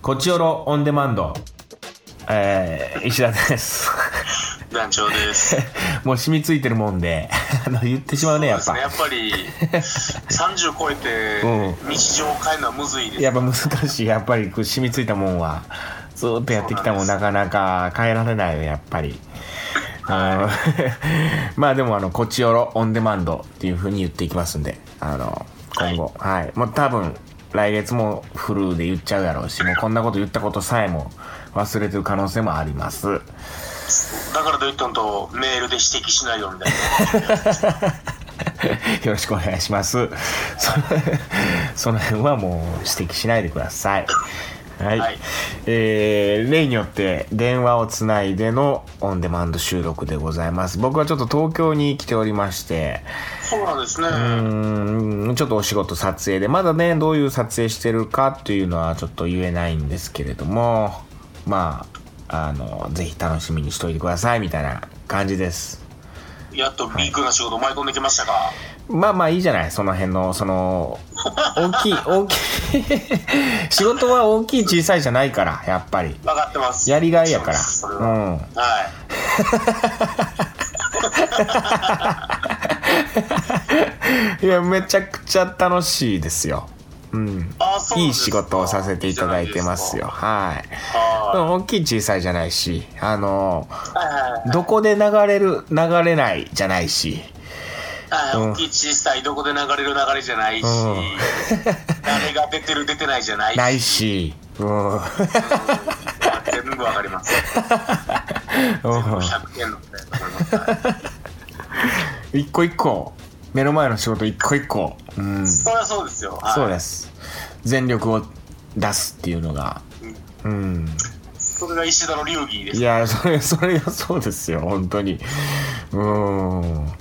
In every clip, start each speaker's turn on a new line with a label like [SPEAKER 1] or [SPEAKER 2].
[SPEAKER 1] こちよろオンデマンド。えー、石田です。
[SPEAKER 2] 団長です。
[SPEAKER 1] もう染みついてるもんで、あの、言ってしまうね、 やっ
[SPEAKER 2] そう
[SPEAKER 1] ぱ。
[SPEAKER 2] ですねやっぱり、30超えて
[SPEAKER 1] う
[SPEAKER 2] 日常を変えるのはむずいです。
[SPEAKER 1] やっぱ難しい、やっぱりこう染みついたもんは。ずーっとやってきたもん、なかなか変えられないよ、やっぱり。あの まあでも、あの、こちよろオンデマンドっていう風に言っていきますんで、あの、今後、はい。もう多分、来月もフルで言っちゃうやろうし、もうこんなこと言ったことさえも忘れてる可能性もあります。
[SPEAKER 2] だからといったのと、メールで指摘しないよみたい
[SPEAKER 1] よろしくお願いします。そ その辺はもう指摘しないでください。はい、
[SPEAKER 2] はい
[SPEAKER 1] えー例によって電話をつないでのオンデマンド収録でございます。僕はちょっと東京に来ておりまして、
[SPEAKER 2] な。そうなんですね。
[SPEAKER 1] うーん、ちょっとお仕事撮影で、まだね、どういう撮影してるかっていうのはちょっと言えないんですけれども、まあ、あの、ぜひ楽しみにしといてくださいみたいな感じです。
[SPEAKER 2] やっとビッグな仕事舞い込んできましたか。
[SPEAKER 1] まあまあいいじゃない、その辺の、その、大きい、大きい、 仕事は大きい小さいじゃないから、やっぱり。
[SPEAKER 2] 分かってます。
[SPEAKER 1] やりがいやか
[SPEAKER 2] それ
[SPEAKER 1] ら。
[SPEAKER 2] は。
[SPEAKER 1] う
[SPEAKER 2] はい。
[SPEAKER 1] ん。いや、めちゃくちゃ楽しいですよ。うん。
[SPEAKER 2] あそうなん
[SPEAKER 1] い
[SPEAKER 2] で
[SPEAKER 1] い
[SPEAKER 2] す
[SPEAKER 1] 仕
[SPEAKER 2] か
[SPEAKER 1] 事をさせていただいてますよ。。はい。
[SPEAKER 2] は
[SPEAKER 1] で
[SPEAKER 2] い
[SPEAKER 1] も大きい小さいじゃないし、あの、
[SPEAKER 2] はいはい
[SPEAKER 1] どこで流れる、流れないじゃないし。
[SPEAKER 2] はい
[SPEAKER 1] うん
[SPEAKER 2] 大きい小さいどこで流れる流れじゃないし、
[SPEAKER 1] うん
[SPEAKER 2] 誰が出てる出てないじゃないし
[SPEAKER 1] ないし。うん。
[SPEAKER 2] 全部わかります100点の答えだと思います
[SPEAKER 1] 一個一個。目の前の仕事一個一個。うん。
[SPEAKER 2] そりゃそうですよ、はい
[SPEAKER 1] そうです。全力を出すっていうのが。うん。
[SPEAKER 2] それが石田の流儀で
[SPEAKER 1] い
[SPEAKER 2] す
[SPEAKER 1] や、それ、それがそうですよ、本当に。うーん。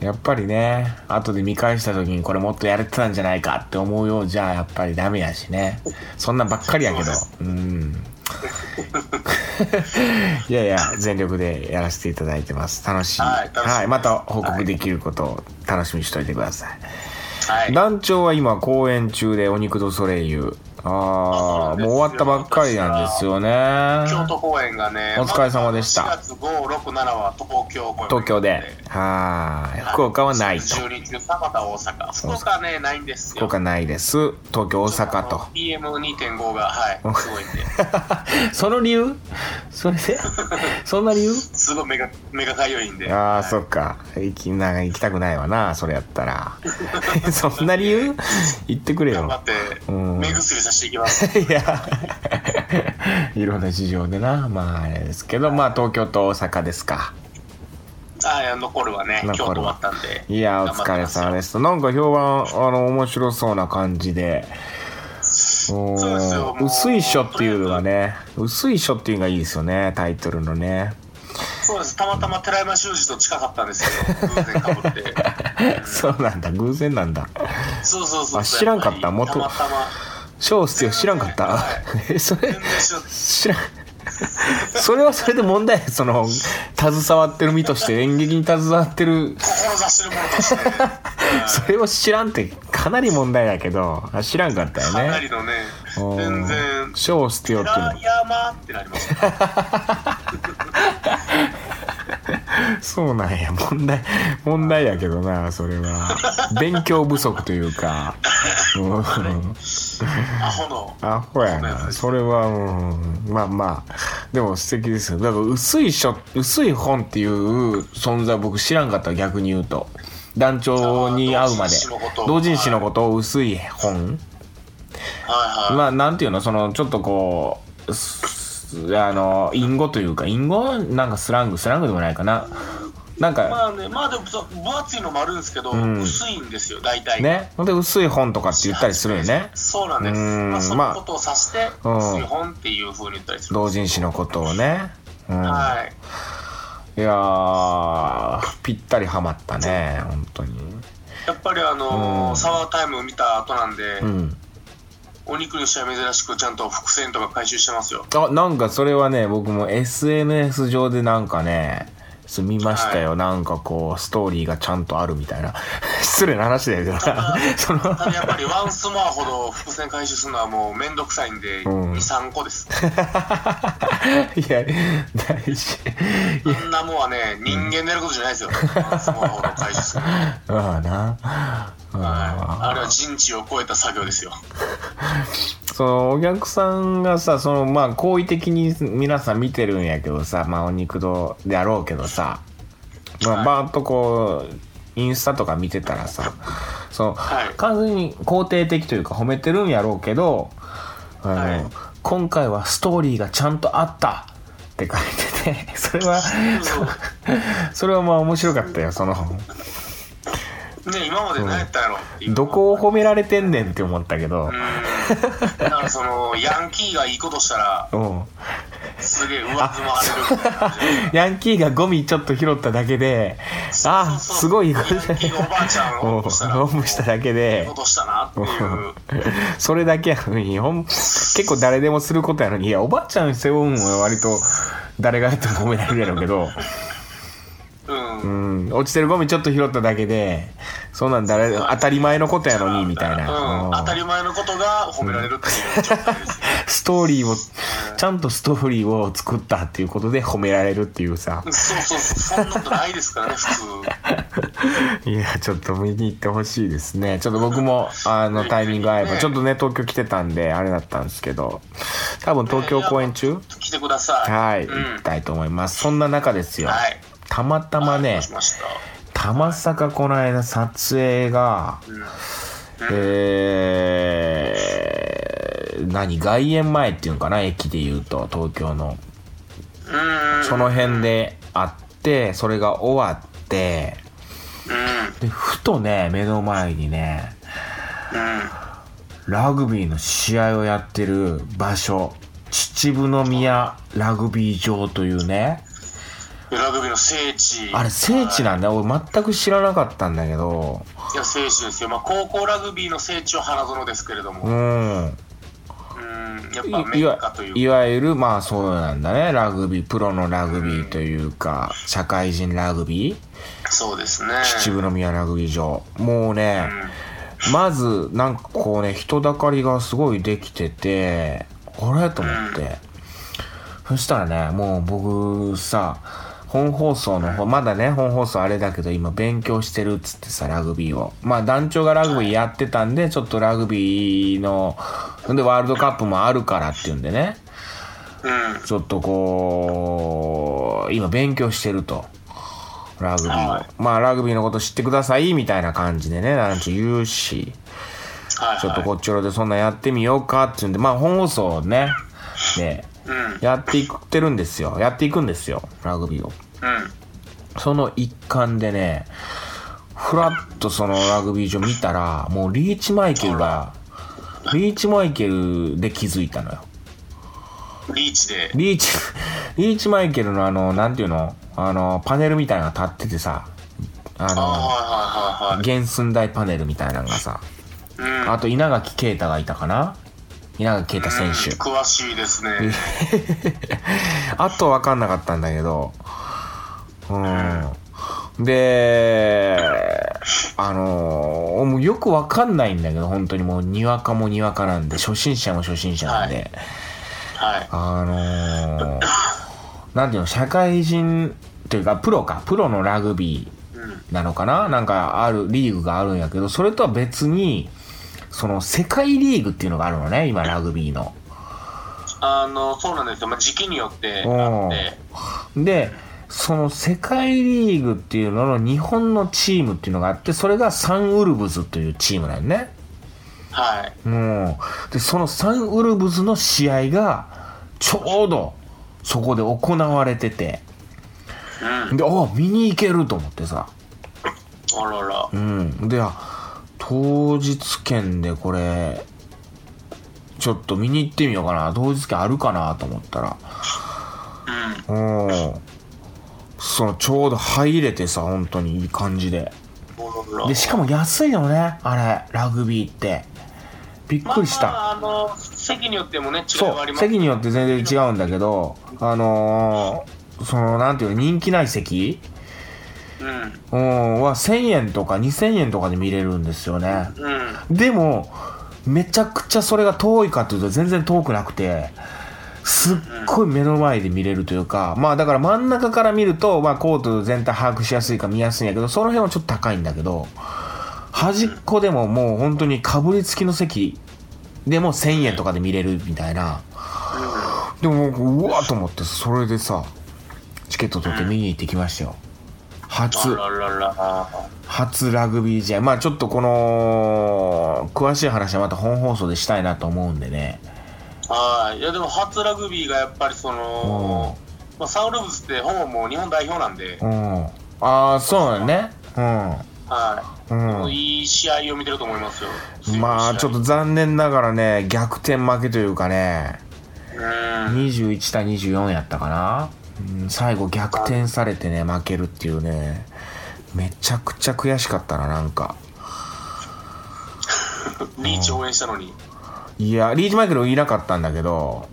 [SPEAKER 1] やっぱりね、後で見返した時にこれもっとやれてたんじゃないかって思うようじゃ、やっぱりダメやしね。そんなんばっかりやけど。
[SPEAKER 2] そう
[SPEAKER 1] うーん。 いやいや、全力でやらせていただいてます。楽しい。
[SPEAKER 2] はい楽しいです
[SPEAKER 1] はい、また報告できることを楽しみにしといてください。
[SPEAKER 2] はい
[SPEAKER 1] 団長は今公演中でお肉とソレイユああ
[SPEAKER 2] あそうなんです
[SPEAKER 1] もう
[SPEAKER 2] よ
[SPEAKER 1] 終わったばっかりなんですよね
[SPEAKER 2] 京都公演がね
[SPEAKER 1] お疲れ様でした
[SPEAKER 2] まあ4月567は東京公演
[SPEAKER 1] 東京ではい福岡はないと
[SPEAKER 2] 12中蒲田大阪
[SPEAKER 1] そう
[SPEAKER 2] 福岡はねないんですよ
[SPEAKER 1] 福岡ないです東京大阪と
[SPEAKER 2] PM2.5 がはいすごいんで
[SPEAKER 1] その理由それでそんな理由
[SPEAKER 2] すごい目が目がかゆいんで
[SPEAKER 1] あ
[SPEAKER 2] は
[SPEAKER 1] あ
[SPEAKER 2] い
[SPEAKER 1] そっか行きなんか行きたくないわなそれやったら そんな理由言ってくれ
[SPEAKER 2] 頑張
[SPEAKER 1] よ
[SPEAKER 2] って
[SPEAKER 1] うん
[SPEAKER 2] 目薬させていきます
[SPEAKER 1] いやいろんな事情でなまああれですけどまあ東京と大阪ですか
[SPEAKER 2] あいや残るはね
[SPEAKER 1] 残る
[SPEAKER 2] 京都
[SPEAKER 1] わ
[SPEAKER 2] 終わったんで
[SPEAKER 1] いや、お
[SPEAKER 2] 頑張って
[SPEAKER 1] 疲れ
[SPEAKER 2] ますよ
[SPEAKER 1] 様です。なんか評判、あの、面白そうな感じで。お
[SPEAKER 2] そうです
[SPEAKER 1] ー
[SPEAKER 2] よもう
[SPEAKER 1] 薄い書っていうのがね、薄い書っていうのがいいですよね、タイトルのね。
[SPEAKER 2] そうですたまたま寺山修司と近かったんですけど偶然かぶって
[SPEAKER 1] そうなんだ、偶然なんだ。
[SPEAKER 2] そうそうそうそう
[SPEAKER 1] あ知らんかった
[SPEAKER 2] やぱり
[SPEAKER 1] 元
[SPEAKER 2] たまたま
[SPEAKER 1] 小説よ、知らんかった
[SPEAKER 2] は。
[SPEAKER 1] え、それ
[SPEAKER 2] 全、然知
[SPEAKER 1] 知ら
[SPEAKER 2] らん
[SPEAKER 1] ん。 それはそれで問題その、携わってる身として、演劇に携わってる、
[SPEAKER 2] 志してる者 として
[SPEAKER 1] それを知らんってかなり問題だけど、あ知らんかったよ
[SPEAKER 2] かな
[SPEAKER 1] ね
[SPEAKER 2] り。のね
[SPEAKER 1] お
[SPEAKER 2] 全
[SPEAKER 1] ー
[SPEAKER 2] 然
[SPEAKER 1] 小説よっていうの
[SPEAKER 2] 寺山ってなりました
[SPEAKER 1] そうなんや 問題問題やけどなそれは勉強不足というか、うん、
[SPEAKER 2] アホの
[SPEAKER 1] アホやなそれは、うん、まあまあでも素敵ですよだから薄い書薄い本っていう存在僕知らんかった逆に言うと団長に会うまで
[SPEAKER 2] あー同人誌のこと
[SPEAKER 1] 同人誌のことを薄い本
[SPEAKER 2] はいはい
[SPEAKER 1] まあなんていうのそのちょっとこうすあの隠語というか隠語なんかスラングスラングでもないかななんか、
[SPEAKER 2] まあねまあでもそう分厚いのもあるんですけど
[SPEAKER 1] ん
[SPEAKER 2] 薄いんですよ大体
[SPEAKER 1] ね。ほんで、薄い本とかって言ったりするよね。
[SPEAKER 2] そうなんです
[SPEAKER 1] うん
[SPEAKER 2] まあそ
[SPEAKER 1] まあ
[SPEAKER 2] のことを指して
[SPEAKER 1] うん
[SPEAKER 2] 薄い本っていう風に言ったりする
[SPEAKER 1] 同人誌のことをね。うん、
[SPEAKER 2] はい
[SPEAKER 1] いやー、ぴったりハマったね、本当に。
[SPEAKER 2] やっぱりあ
[SPEAKER 1] う
[SPEAKER 2] の
[SPEAKER 1] ん
[SPEAKER 2] ーサワータイム見た後なんで
[SPEAKER 1] うん。
[SPEAKER 2] お肉にしては珍しくちゃんと伏線とか回収してますよ
[SPEAKER 1] あ、なんかそれはね、僕も SNS 上でなんかね、そう見ましたよ、なんかこうストーリーがちゃんとあるみたいな 失礼な話だけどな その
[SPEAKER 2] ただやっぱりワンスモアほど伏線回収するのはもうめんどくさいんで、
[SPEAKER 1] ん
[SPEAKER 2] 2、3個です。
[SPEAKER 1] いや大事いや
[SPEAKER 2] そんなもんはね、人間でやることじゃないです よ。ワンスモアほど回収するのは。はい
[SPEAKER 1] ああな
[SPEAKER 2] あれは人知を超えた作業ですよ。
[SPEAKER 1] そのお客さんがさそのまあ好意的に皆さん見てるんやけどさまあお肉堂であろうけどさま
[SPEAKER 2] は
[SPEAKER 1] あ
[SPEAKER 2] い
[SPEAKER 1] バーッとこうインスタとか見てたらさその、
[SPEAKER 2] はい
[SPEAKER 1] 完全に肯定的というか褒めてるんやろうけどあの、
[SPEAKER 2] はい
[SPEAKER 1] 今回はストーリーがちゃんとあったって書いて てそれは
[SPEAKER 2] そう
[SPEAKER 1] それはまあ面白かったよその
[SPEAKER 2] ね、今まで何やったんやろっていう
[SPEAKER 1] どこを褒められてんねんって思ったけど
[SPEAKER 2] う、んだからその、ヤンキーがいいことしたら、
[SPEAKER 1] うん、
[SPEAKER 2] すげえ上積まれるみたいな感じ で。
[SPEAKER 1] ヤンキーがゴミちょっと拾っただけで、あ、
[SPEAKER 2] そうそうそう
[SPEAKER 1] すごい、
[SPEAKER 2] ヤンキーがおばあちゃんを
[SPEAKER 1] お
[SPEAKER 2] おんぶしたら
[SPEAKER 1] おんぶしただけ
[SPEAKER 2] いい
[SPEAKER 1] で
[SPEAKER 2] こ、としたなっていう。
[SPEAKER 1] それだけやのに、ほん結構誰でもすることやのに、いや、おばあちゃん背負うんは割と誰がやっても褒められるやろうけど、
[SPEAKER 2] うん
[SPEAKER 1] うん、落ちてるゴミちょっと拾っただけで、そんなん誰、当たり前のことやのに、みたいな。う
[SPEAKER 2] う、
[SPEAKER 1] んん
[SPEAKER 2] 当たり前のことが褒められるっていう状態ですよ、
[SPEAKER 1] ストーリーを、ちゃんとストーリーを作ったっていうことで褒められるっていうさ。
[SPEAKER 2] そうそうそうそんなことないですからね普 通
[SPEAKER 1] いや、ちょっと見に行ってほしいですね。ちょっと僕も、あの、タイミング合え ば、
[SPEAKER 2] ね
[SPEAKER 1] ちょっとね、東京来てたんで、あれだったんですけど、多分 東京公演中、
[SPEAKER 2] 来てください
[SPEAKER 1] はい、
[SPEAKER 2] うん、
[SPEAKER 1] 行きたいと思います。そんな中ですよ。
[SPEAKER 2] はい
[SPEAKER 1] たまたま
[SPEAKER 2] わか
[SPEAKER 1] ね
[SPEAKER 2] り、ました
[SPEAKER 1] たまさかこの間撮影が、えー、何外苑前っていうんかな駅で言うと、東京の。
[SPEAKER 2] うん
[SPEAKER 1] その辺であって、それが終わって、
[SPEAKER 2] うん
[SPEAKER 1] で、ふとね、目の前にね、ラグビーの試合をやってる場所、秩父宮ラグビー場というね、
[SPEAKER 2] うんラグビーの聖地
[SPEAKER 1] あれ聖地なんだ、俺全く知らなかったんだけど、
[SPEAKER 2] いや聖地ですよ、まあ、高校ラグビーの聖地は花園ですけれど
[SPEAKER 1] う
[SPEAKER 2] も、
[SPEAKER 1] ん。
[SPEAKER 2] うん、やっぱメ
[SPEAKER 1] いい
[SPEAKER 2] ッ
[SPEAKER 1] わ
[SPEAKER 2] カという
[SPEAKER 1] いわゆる、まあそうなんだね、ラグビー、プロのラグビーというか、社会人ラグビー、
[SPEAKER 2] そうですね
[SPEAKER 1] 秩父宮ラグビー場。もうね、まず、なんかこうね、人だかりがすごいできてて、あれと思って。そしたらね、もう僕さ、本放送の方、まだね、本放送あれだけど、今勉強してるっつってさ、ラグビーを。まあ団長がラグビーやってたんで、ちょっとラグビーの、んでワールドカップもあるからっていうんでね、
[SPEAKER 2] うん
[SPEAKER 1] ちょっとこう、今勉強してると。ラグビーを。
[SPEAKER 2] はい
[SPEAKER 1] まあラグビーのこと知ってください、みたいな感じでね、団長言うし。
[SPEAKER 2] はいはい
[SPEAKER 1] ちょっとこっちらでそんなんやってみようかっていうんで、まあ本放送ね、で、
[SPEAKER 2] うん
[SPEAKER 1] やっていってるんですよ。やっていくんですよ、ラグビーを。
[SPEAKER 2] うん
[SPEAKER 1] その一環でね、ふらっとそのラグビー場見たら、もうリーチマイケルが、リーチマイケルで気づいたのよ。
[SPEAKER 2] リーチで
[SPEAKER 1] リーチ、 リーチマイケルのあの、なんていうのあの、パネルみたいなのが立っててさ、あ
[SPEAKER 2] ああ
[SPEAKER 1] の、
[SPEAKER 2] はいはいはいはい
[SPEAKER 1] 原寸大パネルみたいなのがさ、
[SPEAKER 2] うん
[SPEAKER 1] あと稲垣啓太がいたかな稲垣啓太選手。
[SPEAKER 2] うん詳しいですね
[SPEAKER 1] あと分かんなかったんだけど、うん。で、あのもうよく分かんないんだけど、本当にもうにわかもにわかなんで、初心者も初心者なんで、
[SPEAKER 2] はい
[SPEAKER 1] あのーなんていうの、社会人というか、プロか、プロのラグビーなのかななんかある、リーグがあるんやけど、それとは別に、その世界リーグっていうのがあるのね、今ラグビーの。
[SPEAKER 2] あの、そうなんですよ。まあ、時期によって
[SPEAKER 1] うん
[SPEAKER 2] あって、
[SPEAKER 1] でその世界リーグっていうのの日本のチームっていうのがあってそれがサンウルブズというチームなんね
[SPEAKER 2] はい。
[SPEAKER 1] もうでそのサンウルブズの試合がちょうどそこで行われてて
[SPEAKER 2] うん。あ
[SPEAKER 1] であ見に行けると思ってさ
[SPEAKER 2] らら
[SPEAKER 1] う。んであ当日券でこれちょっと見に行ってみようかな当日券あるかなと思ったら
[SPEAKER 2] うん。
[SPEAKER 1] うんそのちょうど入れてさ本当にいい感じで
[SPEAKER 2] あらら。
[SPEAKER 1] でしかも安いよねあれラグビーってびっくりした、
[SPEAKER 2] まあまあ、あの、席によってもね、違いは
[SPEAKER 1] そ
[SPEAKER 2] あり
[SPEAKER 1] う
[SPEAKER 2] ます。
[SPEAKER 1] 席によって全然違うんだけどあのその、なんていうの、人気ない席
[SPEAKER 2] うん
[SPEAKER 1] うん、は1000円とか2000円とかで見れるんですよね。
[SPEAKER 2] うん
[SPEAKER 1] でも、めちゃくちゃそれが遠いかというと全然遠くなくて、すっごい目の前で見れるというか、まあだから真ん中から見ると、まあコート全体把握しやすいか見やすいんやけど、その辺はちょっと高いんだけど、端っこでももう本当にかぶりつきの席でも1000円とかで見れるみたいな。でももう、うわーと思って、それでさ、チケット取って見に行ってきましたよ。初。
[SPEAKER 2] あららら
[SPEAKER 1] 初ラグビー試合、まあちょっとこの、詳しい話はまた本放送でしたいなと思うんでね。
[SPEAKER 2] はいいやでも初ラグビーがやっぱりその、まあ、サンウルブズってほぼもう日本代表なんで
[SPEAKER 1] う、ん。ああ、そうだね。
[SPEAKER 2] はい
[SPEAKER 1] うん。
[SPEAKER 2] も
[SPEAKER 1] う。
[SPEAKER 2] うんいい試合を見てると思いますよ
[SPEAKER 1] まあちょっと
[SPEAKER 2] と
[SPEAKER 1] 残念ながらね、逆転負けというかね、
[SPEAKER 2] うん
[SPEAKER 1] 21対24やったかな。うん、最後逆転されてね、負けるっていうね。めちゃくちゃ悔しかったな、なんか。
[SPEAKER 2] リーチ応援したのに
[SPEAKER 1] いや、リーチマイケルいなかったんだけど、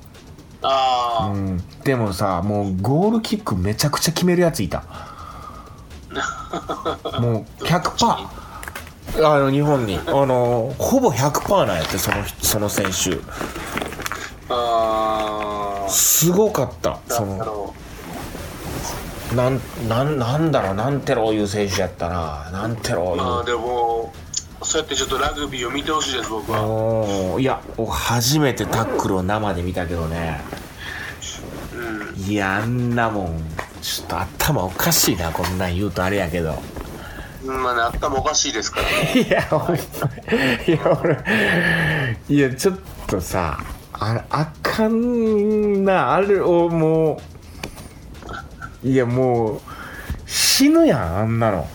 [SPEAKER 1] う
[SPEAKER 2] あ
[SPEAKER 1] ん。でもさ、もうゴールキックめちゃくちゃ決めるやついた。もう100%あの日本にあのほぼ100%なんやってその人その選手
[SPEAKER 2] ああ
[SPEAKER 1] すごかった
[SPEAKER 2] あ
[SPEAKER 1] そのなんなんなんだろうなんてろういう選手やったななんてろういう
[SPEAKER 2] まあでもそうやってちょっとラグビーを見てほしいです僕は
[SPEAKER 1] おーいやお初めてタックルを生で見たけどね
[SPEAKER 2] うん
[SPEAKER 1] いやあんなもんちょっと頭おかしいなこんなん言うとあれやけど
[SPEAKER 2] うんまあね頭おかしいですからね
[SPEAKER 1] いや、ほんまいや、俺、いや、ちょっとさ、ああかんな、あれをもう、いや、もう、死ぬやん、あんなの。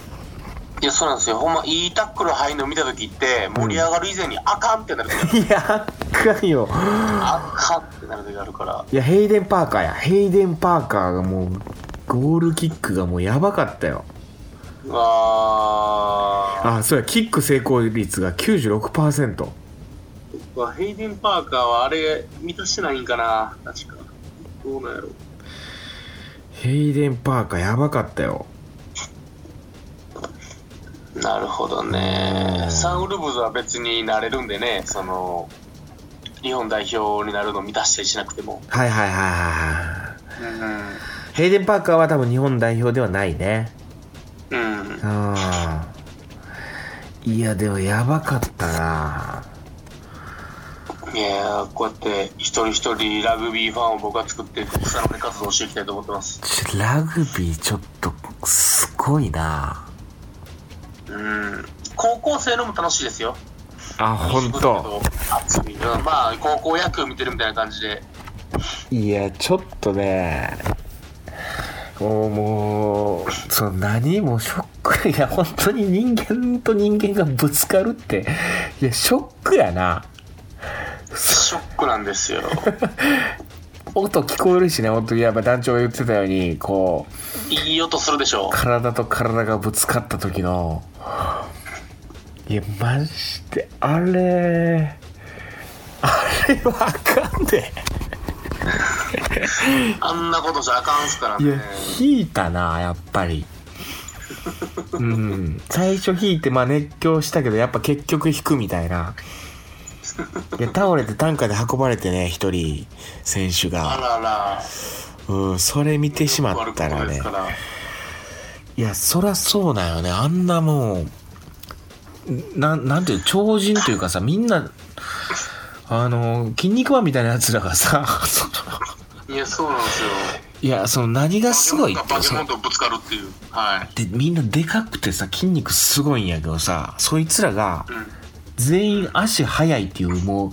[SPEAKER 2] いやそうなんですよほんまいいタックル入るの見た時って盛り上がる以前にあかんってなる時
[SPEAKER 1] いや、あかんよ。
[SPEAKER 2] あかんってなる時あるから
[SPEAKER 1] いや、ヘイデン・パーカーや。ヘイデン・パーカーがもう、ゴールキックがもうやばかったよ。
[SPEAKER 2] あ
[SPEAKER 1] あ、そうや、キック成功率が96%。
[SPEAKER 2] あヘイデン・パーカーはあれ満たしてないんかな確かどうなんやろ
[SPEAKER 1] ヘイデン・パーカーやばかったよ。
[SPEAKER 2] なるほどね
[SPEAKER 1] うん
[SPEAKER 2] サンウルブズは別になれるんでねその日本代表になるの満たしたりしなくても
[SPEAKER 1] はいはいはいはいはい。
[SPEAKER 2] う
[SPEAKER 1] ヘイデン・パーカーは多分日本代表ではないね。
[SPEAKER 2] んうん
[SPEAKER 1] あーいや、でもやばかったな。
[SPEAKER 2] いやーこうやって一人一人ラグビーファンを僕は作って草の根活動をしていきたいと思ってます
[SPEAKER 1] ちょラグビーちょっと、すごいな。
[SPEAKER 2] うん高校生のも楽しいですよ
[SPEAKER 1] あ、ほんと。
[SPEAKER 2] 熱い、うん、まあ高校野球見てるみたいな感じで
[SPEAKER 1] いや、ちょっとね。もう、もう、そう、何もうショック。いや、本当に人間と人間がぶつかるって。いや、ショックやな。
[SPEAKER 2] ショックなんです よ
[SPEAKER 1] 音聞こえるしね、本当に、やっぱ団長が言ってたように、こう、
[SPEAKER 2] いい音するでしょ
[SPEAKER 1] 体と体がぶつかった時のいやマジであれあれわかんね
[SPEAKER 2] あんなことじゃあかんっすから
[SPEAKER 1] えいや
[SPEAKER 2] ね
[SPEAKER 1] 引いたなやっぱりうん最初引いてまあ熱狂したけどやっぱ結局引くみたいないや倒れて担架で運ばれてね一人選手
[SPEAKER 2] あ
[SPEAKER 1] が、
[SPEAKER 2] らら
[SPEAKER 1] うん、それ見てしま
[SPEAKER 2] よ
[SPEAKER 1] っ
[SPEAKER 2] くあ
[SPEAKER 1] た
[SPEAKER 2] るこ
[SPEAKER 1] ら
[SPEAKER 2] とで
[SPEAKER 1] ね
[SPEAKER 2] すから
[SPEAKER 1] いや、そらそうだよね。あんなもう、なん、なんていう、超人というかさ、みんな、あの、筋肉マンみたいな奴らがさ、 その
[SPEAKER 2] いやそうなんですよ
[SPEAKER 1] いや、その何がすごいっ
[SPEAKER 2] バ
[SPEAKER 1] て、
[SPEAKER 2] ケ
[SPEAKER 1] そ
[SPEAKER 2] モ
[SPEAKER 1] の
[SPEAKER 2] ンとぶつかるっていうはい
[SPEAKER 1] でみんなでかくてさ、筋肉すごいんやけどさ、そいつらが、
[SPEAKER 2] うん
[SPEAKER 1] 全員足速いっていう、もう、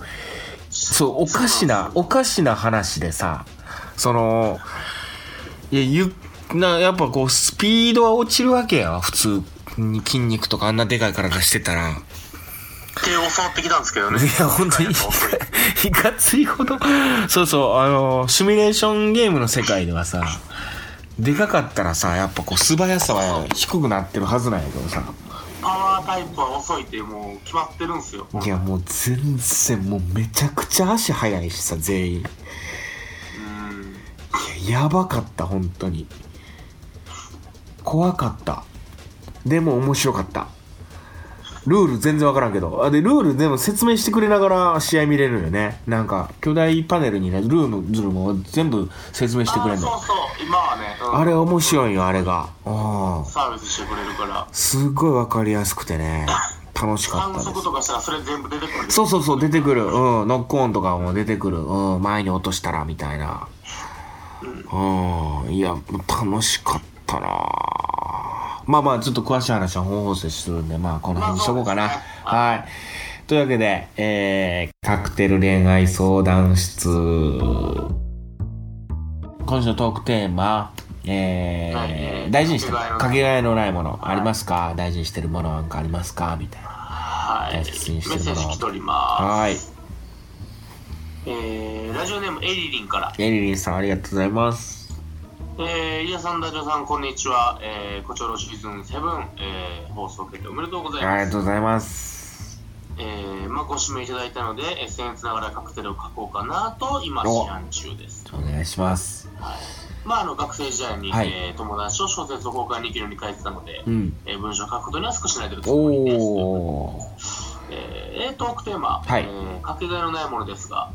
[SPEAKER 1] そう、おかしな、おかしな話でさ、その、いや、ゆ、な、やっぱこう、スピードは落ちるわけや、普通に筋肉とかあんなでかい体してたら。
[SPEAKER 2] 手を触ってきたんですけどね
[SPEAKER 1] いや、本当に、いかついほど、そうそう、あの、シミュレーションゲームの世界ではさ、でかかったらさ、やっぱこう、素早さは低くなってるはずなんやけどさ、
[SPEAKER 2] パワータイプは遅いってもう決まってるんですよ
[SPEAKER 1] いや、もう全然、もうめちゃくちゃ足速いしさ、全員。
[SPEAKER 2] うん
[SPEAKER 1] いやばかった本当に怖かったでも面白かったルール全然わからんけどあでルールでも説明してくれながら試合見れるよねなんか巨大パネルにねルームズルも全部説明してくれんの
[SPEAKER 2] あそうそう今はね、うん
[SPEAKER 1] あれ面白いよあれがうん
[SPEAKER 2] サービスしてくれるから
[SPEAKER 1] すごいわかりやすくてね楽しかっ
[SPEAKER 2] 反
[SPEAKER 1] たです
[SPEAKER 2] 則とかしたらそれ全部出てくる
[SPEAKER 1] そうそうそう、出てくる。うん、ノックオンとかも出てくる。うん、前に落としたら、みたいな。うん、いや、楽しかったなまあまあ、ちょっと詳しい話は本放送するんで、まあ、この辺にしとこうかな。はい。というわけで、えー、カクテル恋愛相談室。今週のトークテーマ、え
[SPEAKER 2] は
[SPEAKER 1] ー、
[SPEAKER 2] い
[SPEAKER 1] 大事にしてる。か
[SPEAKER 2] か
[SPEAKER 1] けがえのないもの、ありますか大事にしてるものなんかありますかみたいな。
[SPEAKER 2] はいメ
[SPEAKER 1] 大
[SPEAKER 2] ッ
[SPEAKER 1] 切
[SPEAKER 2] セ
[SPEAKER 1] に
[SPEAKER 2] ー
[SPEAKER 1] してもらおう
[SPEAKER 2] ジ来ておりま
[SPEAKER 1] はい。
[SPEAKER 2] す、えー、ラジオネームエリリンから
[SPEAKER 1] エリリンさんありがとうございます。
[SPEAKER 2] えー、イヤさん、ダジョさん、こんにちは。えー、こちらのシーズン7、えー、放送決定おめでとうござい
[SPEAKER 1] あ
[SPEAKER 2] ま
[SPEAKER 1] りが
[SPEAKER 2] す。
[SPEAKER 1] とうございます。
[SPEAKER 2] えー、まあ、ご指名いただいたので、えー僭越ながらカクテルを書こうかなと、今、
[SPEAKER 1] お
[SPEAKER 2] 試案中です。
[SPEAKER 1] お願いします。
[SPEAKER 2] まあ、あの、学生時代に、
[SPEAKER 1] はい
[SPEAKER 2] えー友達と小説を交換できるように書いてたので、
[SPEAKER 1] うん。
[SPEAKER 2] えー文章を書くことには少し慣れてるつもりです。
[SPEAKER 1] おー。
[SPEAKER 2] えー、トークテーマ、
[SPEAKER 1] はい
[SPEAKER 2] えーかけがえのないものですが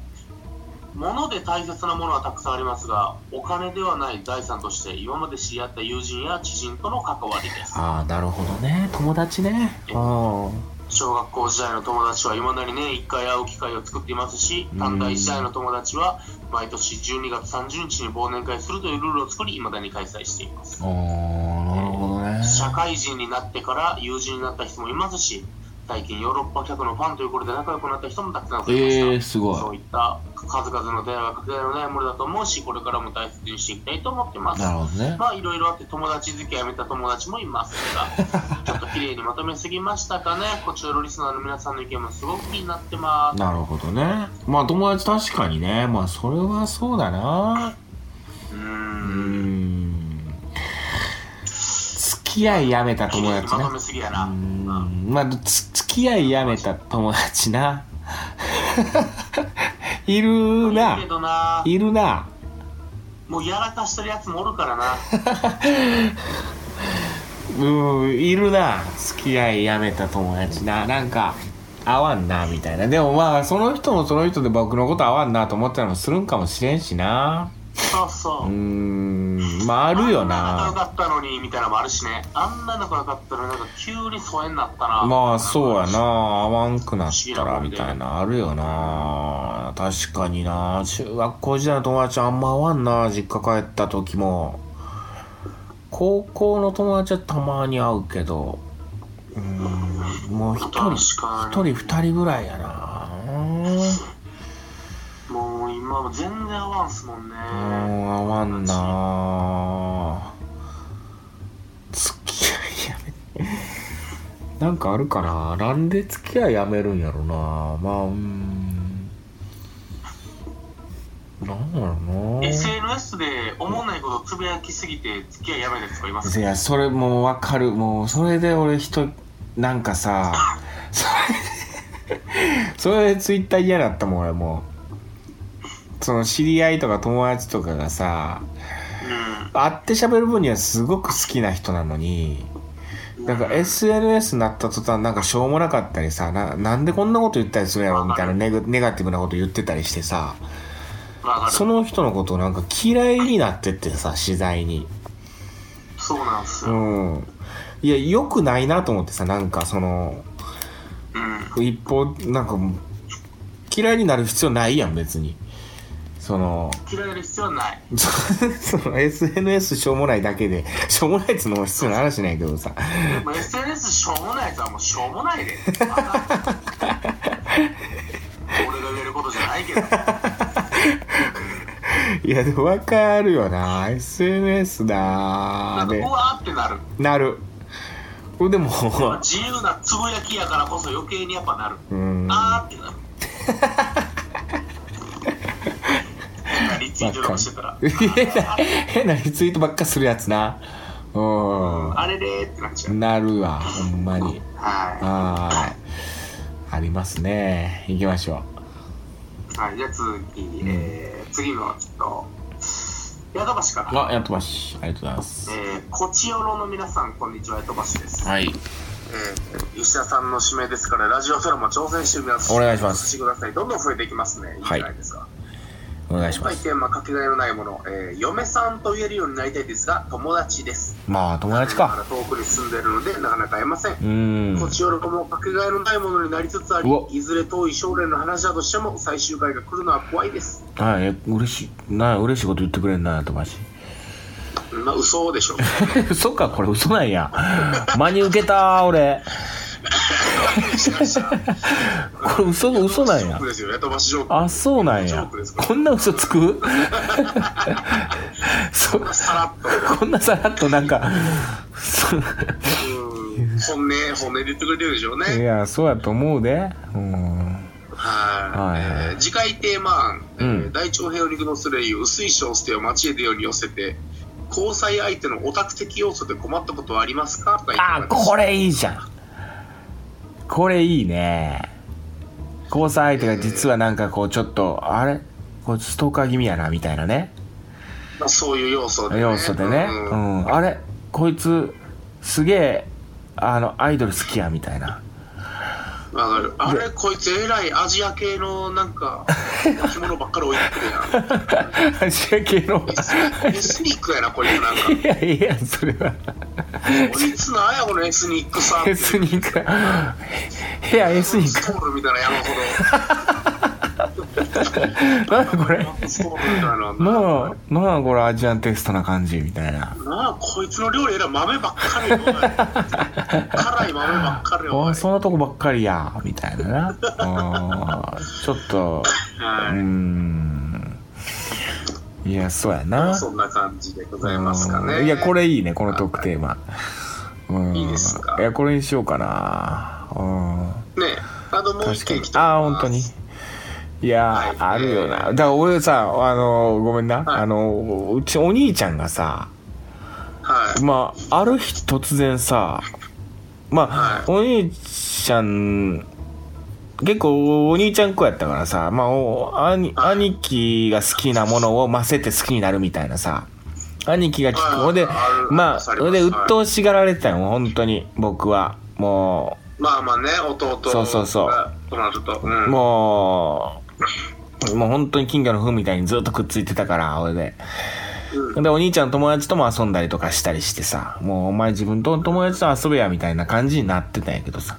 [SPEAKER 2] 物で大切なものはたくさんありますがお金ではない財産として今まで知り合った友人や知人との関わりです
[SPEAKER 1] あー、なるほどね。友達ね。あー。
[SPEAKER 2] 小学校時代の友達はいまだにね1回会う機会を作っていますし
[SPEAKER 1] うん
[SPEAKER 2] 短大時代の友達は毎年12月30日に忘年会するというルールを作りいまだに開催しています
[SPEAKER 1] おー、なるほどね。
[SPEAKER 2] 社会人になってから友人になった人もいますし最近ヨーロッパ客のファンということで仲良くなった人もたくさん増えました、
[SPEAKER 1] えー、すごい。
[SPEAKER 2] そういった数々の出会いはかけがえのないものだと思うし、これからも大切にしていきたいと思ってます。
[SPEAKER 1] なるほどね。
[SPEAKER 2] まあ、いろいろあって友達付き合いをやめた友達もいます が、ちょっと綺麗にまとめすぎましたかね。こちらのリスナーの皆さんの意見もすごく気になってます。
[SPEAKER 1] なるほどね。まあ友達確かにね。まあそれはそうだな。うー
[SPEAKER 2] うーん。
[SPEAKER 1] ん。付き合いやめた
[SPEAKER 2] 綺
[SPEAKER 1] 友
[SPEAKER 2] 麗に
[SPEAKER 1] 達
[SPEAKER 2] ま
[SPEAKER 1] ね
[SPEAKER 2] と。めすぎやな。
[SPEAKER 1] うー
[SPEAKER 2] うん
[SPEAKER 1] んまあつ付き合いやめた友達な いる
[SPEAKER 2] いいけ
[SPEAKER 1] な
[SPEAKER 2] どな、
[SPEAKER 1] いるな
[SPEAKER 2] もうやらかしてるやつもおるからな。
[SPEAKER 1] うんいるな付き合いやめた友達ななんか合わんなみたいなでもまあその人もその人で僕のこと合わんなと思ったりもするんかもしれんしな
[SPEAKER 2] そう
[SPEAKER 1] うー
[SPEAKER 2] そう。
[SPEAKER 1] んまああるよ
[SPEAKER 2] あんな
[SPEAKER 1] な
[SPEAKER 2] 仲良かったのにみたいなのもあるしね。あんな仲良かったのになんか急に疎遠になったな。
[SPEAKER 1] まあそうやな合わんくなったらみたいなあるよな確かにな中学校時代の友達あんま合わんな実家帰った時も高校の友達はたまに会うけどうーんもう一人一
[SPEAKER 2] 確かに
[SPEAKER 1] 人二人ぐらいやな
[SPEAKER 2] もう今も全然合わんすもんね。
[SPEAKER 1] うーん合わんな付き合いやめ なんかあるかななんで付き合いやめるんやろなまあうーんなんやろな
[SPEAKER 2] SNS で思わないことつぶやきすぎて付き合いやめですとかいます
[SPEAKER 1] いやそれもうわかるもうそれで俺人なんかさそれそれでツイ ッター嫌だったもん俺もうその知り合いとか友達とかがさ会って喋る分にはすごく好きな人なのに
[SPEAKER 2] うん。
[SPEAKER 1] なんか SNS になった途端なんかしょうもなかったりさななんでこんなこと言ったりするやろみたいなネグネガティブなこと言ってたりしてさ
[SPEAKER 2] わかる。
[SPEAKER 1] その人のことなんか嫌いになってってさ次第に
[SPEAKER 2] そうなんです
[SPEAKER 1] う
[SPEAKER 2] よ。
[SPEAKER 1] んいや良くないなと思ってさなんかその
[SPEAKER 2] うん。
[SPEAKER 1] 一方なんか嫌いになる必要ないやん別にその
[SPEAKER 2] 嫌いになる必要はない。
[SPEAKER 1] その SNS しょうもないだけでしょうもないっつうのも必要な話ないけどさ
[SPEAKER 2] もう SNS しょうもないやつはもうしょうもないで。 わかる俺が言えることじゃないけど。
[SPEAKER 1] いやでも分かるよな SNS
[SPEAKER 2] な
[SPEAKER 1] だ
[SPEAKER 2] んか
[SPEAKER 1] で
[SPEAKER 2] うわーってなる。
[SPEAKER 1] なるでも
[SPEAKER 2] 自由なつぶやきやからこそ余計にやっぱなる。
[SPEAKER 1] うん
[SPEAKER 2] あーって なる。変なリツイートとかしてたら。
[SPEAKER 1] 変な変なリツイートばっかするやつなう
[SPEAKER 2] あれでーってなっちゃう。
[SPEAKER 1] んなるわほんまに
[SPEAKER 2] は
[SPEAKER 1] あーありますね行きましょ
[SPEAKER 2] い。はい、じゃあ続き、えー、次のちょっと、ヤドバシから、
[SPEAKER 1] あ、やっとばし。ありがとうございます。
[SPEAKER 2] えー、こちよろの皆さんこんにちはヤドバシです、
[SPEAKER 1] はい。
[SPEAKER 2] えー、石田さんの指名ですからラジオドラマ挑戦してみます
[SPEAKER 1] お願いします
[SPEAKER 2] お越しくださいどんどん増えていきますねいいじゃないですか、
[SPEAKER 1] お願いし
[SPEAKER 2] 今
[SPEAKER 1] ま
[SPEAKER 2] 回
[SPEAKER 1] す。
[SPEAKER 2] テーマかけがえのないもの、えー、嫁さんと言えるようになりたいですが友達です
[SPEAKER 1] まあ、友達
[SPEAKER 2] あ
[SPEAKER 1] か。
[SPEAKER 2] の遠くに住んでるのでなかなか会えません
[SPEAKER 1] うー
[SPEAKER 2] こ
[SPEAKER 1] ん。
[SPEAKER 2] ちよろこもかけがえのないものになりつつあり
[SPEAKER 1] うわ
[SPEAKER 2] いずれ遠い将来の話だとしても最終回が来るのは怖いです
[SPEAKER 1] はい、え嬉しい。な、嬉しいこと言ってくれんな、やっとばし。
[SPEAKER 2] まあ嘘 でしょう
[SPEAKER 1] 嘘か、これ嘘なんや。真に受けた、俺。
[SPEAKER 2] しました
[SPEAKER 1] これ嘘、嘘なん
[SPEAKER 2] ジョー
[SPEAKER 1] や
[SPEAKER 2] ク。ですよ、やとばしジョーク。
[SPEAKER 1] あ、そうなん
[SPEAKER 2] ジョー
[SPEAKER 1] や
[SPEAKER 2] クです。これ
[SPEAKER 1] こんな嘘つく そ、
[SPEAKER 2] さらっと、
[SPEAKER 1] こんなさらっとなんか、そ
[SPEAKER 2] うん、本 音、本音で言ってくれてるでしょう
[SPEAKER 1] い
[SPEAKER 2] ね。
[SPEAKER 1] や、そうやと思うで。うん。
[SPEAKER 2] はい、
[SPEAKER 1] はいはい
[SPEAKER 2] えー次回テーマ案、えー
[SPEAKER 1] うん
[SPEAKER 2] 大腸平和肉のスレイユ、薄い小捨てを街へ出ように寄せて、交際相手のオタク的要素で困ったことはありますかと
[SPEAKER 1] あ、これいいじゃん。これいいね。交際相手が実はなんかこう、ちょっと、あれこれストーカー気味やな、みたいなね。
[SPEAKER 2] まあ、そういう要素で、ね。
[SPEAKER 1] 要素でね。う
[SPEAKER 2] うん
[SPEAKER 1] ん。あれこいつ、すげえ、あの、アイドル好きや、みたいな。
[SPEAKER 2] わかる。あれ、こいつえらいアジア系のな んか、着物ばっかり置いてくるやん。
[SPEAKER 1] アジア系の。
[SPEAKER 2] エスニックやな、こいつ なんか。
[SPEAKER 1] いやいや、それは。
[SPEAKER 2] こいつなんや、このエスニックさ。
[SPEAKER 1] エスニック。ヘアエスニッ
[SPEAKER 2] ストールみたいな山ほど。
[SPEAKER 1] ク。なんだこれ
[SPEAKER 2] ストールみたいなのあんな。
[SPEAKER 1] なあ、なあこれアジアンテイストな感じみたいな。
[SPEAKER 2] なあ、こいつの料理えらい豆ばっか りよ。おい辛い豆ばっかりよ。お
[SPEAKER 1] お
[SPEAKER 2] い
[SPEAKER 1] い、そんなとこばっかりや、みたいなな。うんちょっと、うー
[SPEAKER 2] は
[SPEAKER 1] ん。いや、そうや
[SPEAKER 2] い。
[SPEAKER 1] な。
[SPEAKER 2] そんな感じでございますか
[SPEAKER 1] うん
[SPEAKER 2] ね。
[SPEAKER 1] いや、これいいね、このトークテーマ。うん
[SPEAKER 2] いいですか
[SPEAKER 1] いや、これにしようかな。うん。
[SPEAKER 2] ねあともう
[SPEAKER 1] 確
[SPEAKER 2] 一
[SPEAKER 1] か
[SPEAKER 2] 件
[SPEAKER 1] に
[SPEAKER 2] 来。て
[SPEAKER 1] ああ、本当に。いやー、
[SPEAKER 2] はい
[SPEAKER 1] あるよな。だから俺さ、あのーごめんな。
[SPEAKER 2] はい
[SPEAKER 1] あのーうちお兄ちゃんがさ、
[SPEAKER 2] はい。
[SPEAKER 1] まあ、ある日突然さ、まあ、お兄ちゃん、結構お兄ちゃん子やったからさ、まあ、お兄
[SPEAKER 2] はい
[SPEAKER 1] 兄貴が好きなものを混ぜて好きになるみたいなさ、兄貴が聞く。
[SPEAKER 2] はい
[SPEAKER 1] ほんで
[SPEAKER 2] ある、
[SPEAKER 1] まあ、
[SPEAKER 2] あ
[SPEAKER 1] そ
[SPEAKER 2] ります
[SPEAKER 1] れで鬱陶しがられてたよ、本当に、僕は。も
[SPEAKER 2] まあまあね、弟が
[SPEAKER 1] そうそうそう
[SPEAKER 2] となると。
[SPEAKER 1] う、
[SPEAKER 2] うん
[SPEAKER 1] もう、もう本当に金魚の糞みたいにずっとくっついてたから、俺で。
[SPEAKER 2] うん
[SPEAKER 1] で、お兄ちゃんの友達とも遊んだりとかしたりしてさ、もうお前自分と友達と遊べや、みたいな感じになってたんやけどさ。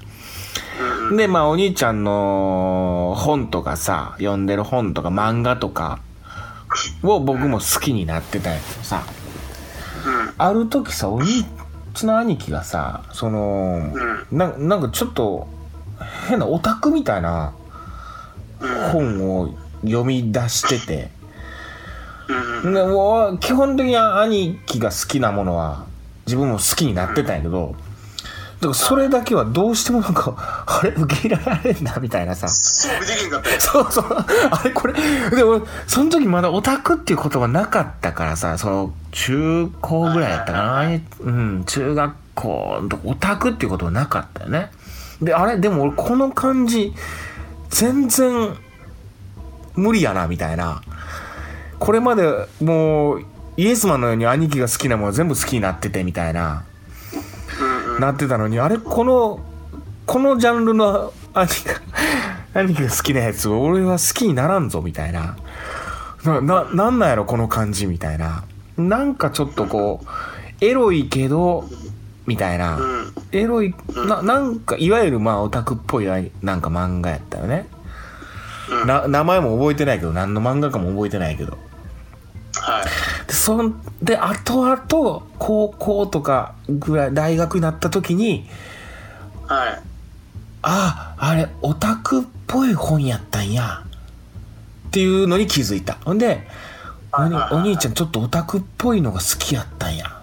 [SPEAKER 2] うん
[SPEAKER 1] で、まあお兄ちゃんの本とかさ、読んでる本とか漫画とかを僕も好きになってたんやけどさ、ある時さ、お兄、うちの兄貴がさ、その、ななんかちょっと変なオタクみたいな本を読み出してて、
[SPEAKER 2] うんうん。
[SPEAKER 1] でもう基本的に兄貴が好きなものは自分も好きになってたんやけど、だからそれだけはどうしてもなんか、あれ受け入れられんなみたいなさ。
[SPEAKER 2] 装備できんかった よ。
[SPEAKER 1] そうそう。あれこれ。でも、その時まだオタクっていう言葉なかったからさ、その、中高ぐらいやったかな。うん、中学校の時オタクっていう言葉なかったよね。で、あれでも俺この感じ、全然、無理やな、みたいな。これまでもう、イエスマンのように兄貴が好きなもの全部好きになってて、みたいな。
[SPEAKER 2] うんうん。
[SPEAKER 1] なってたのにあれこのこのジャンルの兄が兄貴が好きなやつ俺は好きにならんぞみたいななななんなんやろこの感じみたいななんかちょっとこうエロいけどみたいな、
[SPEAKER 2] うん。
[SPEAKER 1] エロいななんかいわゆるまあオタクっぽいなんか漫画やったよね、
[SPEAKER 2] うん
[SPEAKER 1] な名前も覚えてないけど何の漫画かも覚えてないけど
[SPEAKER 2] はい。
[SPEAKER 1] でそんで後々高校とかぐらい大学になった時に
[SPEAKER 2] はい。
[SPEAKER 1] ああれオタクっぽい本やったんやっていうのに気づいたほんでおにお兄ちゃんちょっとオタクっぽいのが好きやったんや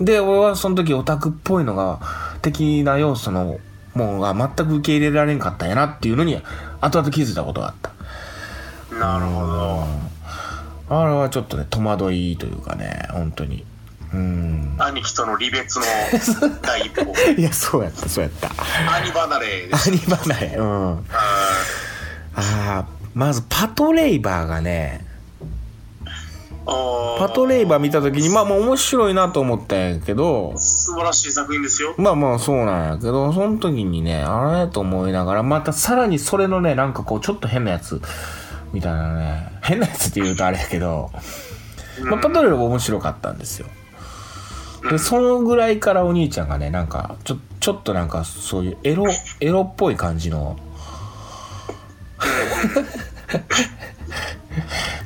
[SPEAKER 1] で俺はその時オタクっぽいのが的な要素のものが全く受け入れられんかったんやなっていうのに後々気づいたことがあった
[SPEAKER 2] なるほど。
[SPEAKER 1] あれはちょっとね戸惑いというかね本当にうん
[SPEAKER 2] 兄貴との離別の第一歩。
[SPEAKER 1] いやそうやったそうや った
[SPEAKER 2] 兄離れです。
[SPEAKER 1] 何離れうん
[SPEAKER 2] は
[SPEAKER 1] ああまずパトレイバーがねパ
[SPEAKER 2] パ
[SPEAKER 1] トレイバー見た時に、まあ
[SPEAKER 2] あ
[SPEAKER 1] もう面白いなと思ったんやけど、
[SPEAKER 2] 素晴らしい作品ですよ
[SPEAKER 1] まあまあそうなんやけど、その時にね、あれと思いながら、またさらにそれのね、なんかこう、ちょっと変なやつ、みたいなね、変なやつって言うとあれやけど、まあ、パトレイバー面白かったんですよ。で、そのぐらいからお兄ちゃんがね、なんか、ちょ、ちょっとなんかそういうエロ、エロっぽい感じの、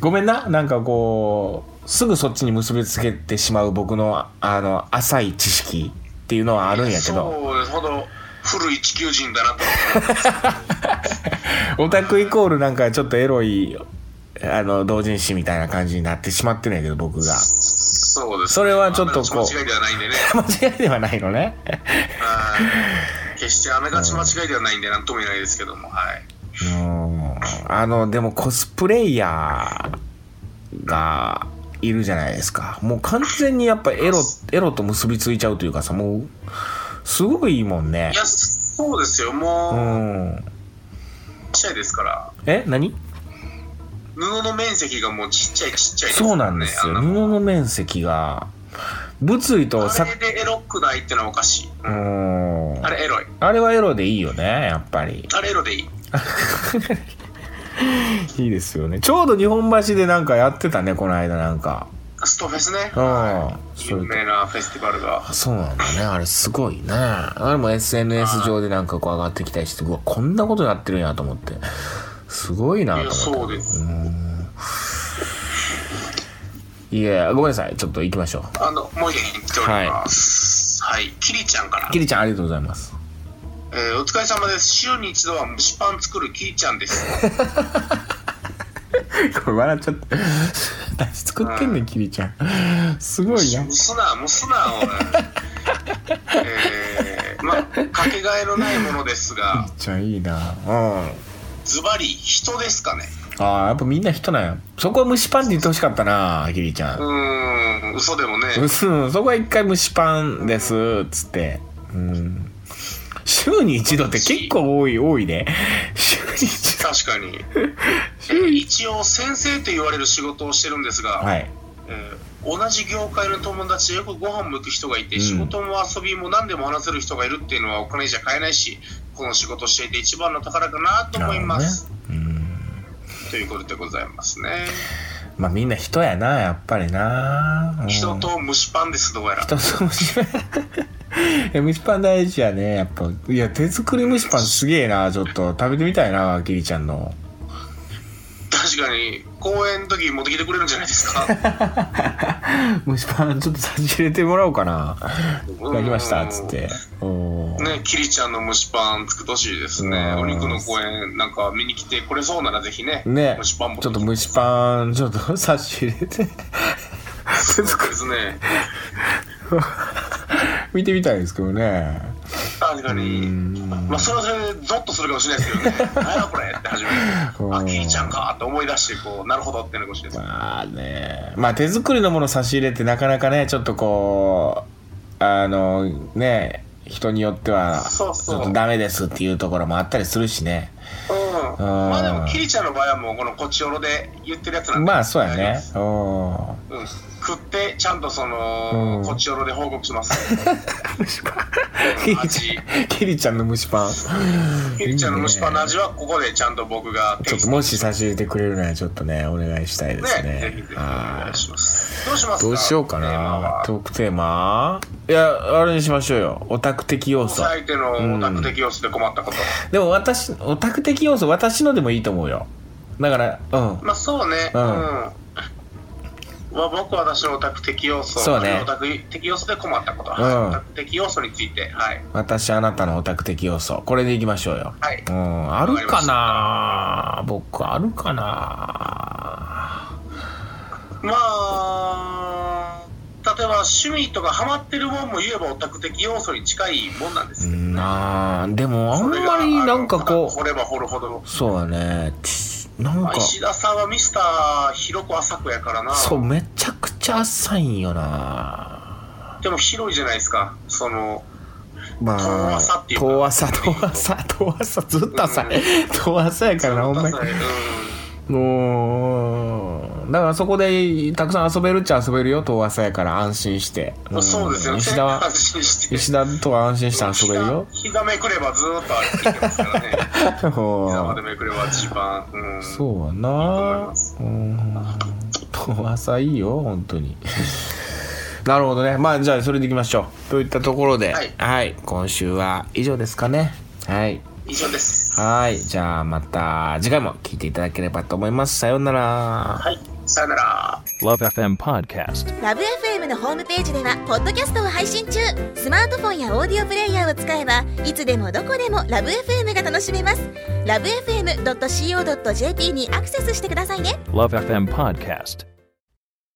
[SPEAKER 1] ごめんな、なんかこう、すぐそっちに結びつけてしまう僕の、あの、浅い知識っていうのはあるんやけど、
[SPEAKER 2] そうですほど古い地球人だなと
[SPEAKER 1] オタクイコールなんかちょっとエロい、あの、同人誌みたいな感じになってしまってるんやけど、僕が。
[SPEAKER 2] そうです
[SPEAKER 1] それはちょっとこう
[SPEAKER 2] あながち間違いではないんでね
[SPEAKER 1] 間違いではないのね。
[SPEAKER 2] はい決してあながち間違いではないんでなんとも言えないですけどもはい
[SPEAKER 1] うん。あの、でもコスプレイヤーがいるじゃないですか。もう完全にやっぱエロ、エロと結びついちゃうというかさ、もう、すごくいいもんね
[SPEAKER 2] い。やそうですよ
[SPEAKER 1] う
[SPEAKER 2] も
[SPEAKER 1] ん。
[SPEAKER 2] うちっちゃいですから
[SPEAKER 1] え何
[SPEAKER 2] 布の面積がもうちっちゃいちっちゃいですから
[SPEAKER 1] そうなんですよ。
[SPEAKER 2] あ
[SPEAKER 1] 布の面積が、物理とさ
[SPEAKER 2] あ、れでエロくないってのはおかしい、
[SPEAKER 1] うん。
[SPEAKER 2] あれエロい
[SPEAKER 1] あれはエロでいいよね、やっぱり。
[SPEAKER 2] あれエロでいい
[SPEAKER 1] いいですよね。ちょうど日本橋でなんかやってたね、この間なんか。
[SPEAKER 2] ストフェスね
[SPEAKER 1] うん。そ
[SPEAKER 2] 有
[SPEAKER 1] う
[SPEAKER 2] 名なフェスティバルが
[SPEAKER 1] そうなんだね。あれすごいね。あれも SNS 上でなんかこう上がってきたりして、うわ、こんなことなってるんやと思って。すごいなと
[SPEAKER 2] い
[SPEAKER 1] 思
[SPEAKER 2] や
[SPEAKER 1] って。
[SPEAKER 2] そうです
[SPEAKER 1] いや、ごめんなさい。ちょっと行きましょう。
[SPEAKER 2] あのもう一件来ておりますはい、キリちゃんから
[SPEAKER 1] キリちゃんありがとうございます。
[SPEAKER 2] えーお疲れ様です週に一度は蒸しパン作るキリちゃんです
[SPEAKER 1] これ笑っちゃった。 私作ってんねん、キリちゃん。すごいな。
[SPEAKER 2] 蒸すな蒸す なおいえー、まあかけがえのないものですが
[SPEAKER 1] めっちゃいいな。うん。
[SPEAKER 2] ズバリ人ですかね
[SPEAKER 1] ああ、やっぱみんな人なんや。そこは蒸しパンって言ってほしかったな、キリちゃん
[SPEAKER 2] う。ーん嘘でもね
[SPEAKER 1] うん、そこは一回蒸しパンです、つって。うん。週に一度って結構多い、多いね。週に一
[SPEAKER 2] 確かに、えー一応先生と言われる仕事をしてるんですが、
[SPEAKER 1] 度。はい。
[SPEAKER 2] えー同じ業界の友達でよくご飯も行く人がいて、仕事も遊びも何でも話せる人がいるっていうのはお金じゃ買えないしこの仕事していて一番の宝かなと思います、
[SPEAKER 1] なるほどね。うん。
[SPEAKER 2] ということでございますね
[SPEAKER 1] まあみんな人やな、やっぱりな。うん
[SPEAKER 2] 人。と蒸しパンですどうやら
[SPEAKER 1] 人と蒸しパン。 いや蒸しパン大事やね、やっぱ。いや、手作り蒸しパンすげえな、ちょっと。食べてみたいな、キリちゃんの。
[SPEAKER 2] 確かに公演の時持ってきてくれるんじゃないで すか
[SPEAKER 1] 蒸しパンちょっと差し入れてもらおうかな。いただきました、つって。うん
[SPEAKER 2] ねキリちゃんの蒸しパン作ってほしいですね
[SPEAKER 1] うん
[SPEAKER 2] お肉の公演なんか見に来てこれそうならぜひね
[SPEAKER 1] ね
[SPEAKER 2] 蒸しパンも
[SPEAKER 1] ちょっと蒸しパンちょっと差し入れて
[SPEAKER 2] そうですね
[SPEAKER 1] 見てみたいですけどね
[SPEAKER 2] 確かに、まあ、それはそれでゾッとするかもしれないですけど ね、何やこれって初めて、
[SPEAKER 1] うん
[SPEAKER 2] あ、キリちゃんかって思い出して、こう、なるほどってなるかもしれないです。
[SPEAKER 1] まあねまあ手作りのもの差し入れってなかなかねちょっとこうあのね人によってはちょ
[SPEAKER 2] そう
[SPEAKER 1] っ
[SPEAKER 2] そう
[SPEAKER 1] とダメですっていうところもあったりするしね
[SPEAKER 2] うん。まあでも、キリちゃんの場合はもう、このこっちおろで言ってるやつなんで、
[SPEAKER 1] まあそうやねうん
[SPEAKER 2] うん。食って、ちゃんとそ
[SPEAKER 1] うん
[SPEAKER 2] の、こっちおろで報告します。うん 味、
[SPEAKER 1] キリちゃんの蒸しパン
[SPEAKER 2] キリちゃんの蒸しパンの味は、ここでちゃんと僕が
[SPEAKER 1] ちょっともし差し入れてくれるならちょっとねお願いしたいです
[SPEAKER 2] ね、ぜ
[SPEAKER 1] ね
[SPEAKER 2] ひぜひお
[SPEAKER 1] はい
[SPEAKER 2] 願いします。どうしますか
[SPEAKER 1] どうしようかな。トークテーマいや、あれにしましょうよ。オタク的要素
[SPEAKER 2] お。相手のオタク的様子で困ったこと。
[SPEAKER 1] でも私、オタク的要素、私のでもいいと思うよ。だから、うん。
[SPEAKER 2] まあそうね、
[SPEAKER 1] う
[SPEAKER 2] うんん。まあ、僕は私のオタク的要素、
[SPEAKER 1] そうね
[SPEAKER 2] オタク的要素で困ったこと、
[SPEAKER 1] うん
[SPEAKER 2] オタク的要素について、はい。
[SPEAKER 1] 私、あなたのオタク的要素。これでいきましょうよ。
[SPEAKER 2] はい
[SPEAKER 1] うん。あるかな僕、あるかな
[SPEAKER 2] まあ、例えば趣味とかハマってるもんも言えばオタク的要素に近いもんなんですけどね
[SPEAKER 1] なあでも、あん
[SPEAKER 2] それが
[SPEAKER 1] まりなんかこ
[SPEAKER 2] あの掘れば掘るほど
[SPEAKER 1] う、。そうだね。ちなん
[SPEAKER 2] まあ
[SPEAKER 1] か、
[SPEAKER 2] 石田さんはミスター広く浅くやからな。
[SPEAKER 1] そう、めちゃくちゃ浅いんよな
[SPEAKER 2] でも広いじゃないですか。その、
[SPEAKER 1] ま
[SPEAKER 2] 遠
[SPEAKER 1] あ
[SPEAKER 2] 浅って、いうか
[SPEAKER 1] 遠浅、遠浅、遠浅、ずっと浅い。遠浅やからな、ほんまに
[SPEAKER 2] う。ん
[SPEAKER 1] もう、だからそこでたくさん遊べるっちゃ遊べるよ、遠浅やから安心して。ん
[SPEAKER 2] そうですよね。
[SPEAKER 1] 石田は
[SPEAKER 2] 安、心して。
[SPEAKER 1] 石田とは安心して遊べる よ。
[SPEAKER 2] ひがめくればずーっと歩いていけま すか
[SPEAKER 1] お
[SPEAKER 2] らね。ひ
[SPEAKER 1] ー
[SPEAKER 2] ざまでめくれば一番。うん。
[SPEAKER 1] そうや
[SPEAKER 2] 思い
[SPEAKER 1] な
[SPEAKER 2] ます
[SPEAKER 1] うん遠浅いいよ本当に なるほどねまあじゃあそれでいきましょうといったところでは
[SPEAKER 2] はいい、
[SPEAKER 1] 今週は以上ですかねはい
[SPEAKER 2] 以上です。
[SPEAKER 1] はいじゃあまた次回も聞いていただければと思いますさようなら
[SPEAKER 2] はい。さよなら。
[SPEAKER 3] Love FM Podcast.
[SPEAKER 4] ラブ f m のホームページではポッドキャストを配信中スマートフォンやオーディオプレイヤーを使えばいつでもどこでもラブ f m が楽しめますラブ FM.co.jp にアクセスしてくださいね
[SPEAKER 3] Love FM Podcast.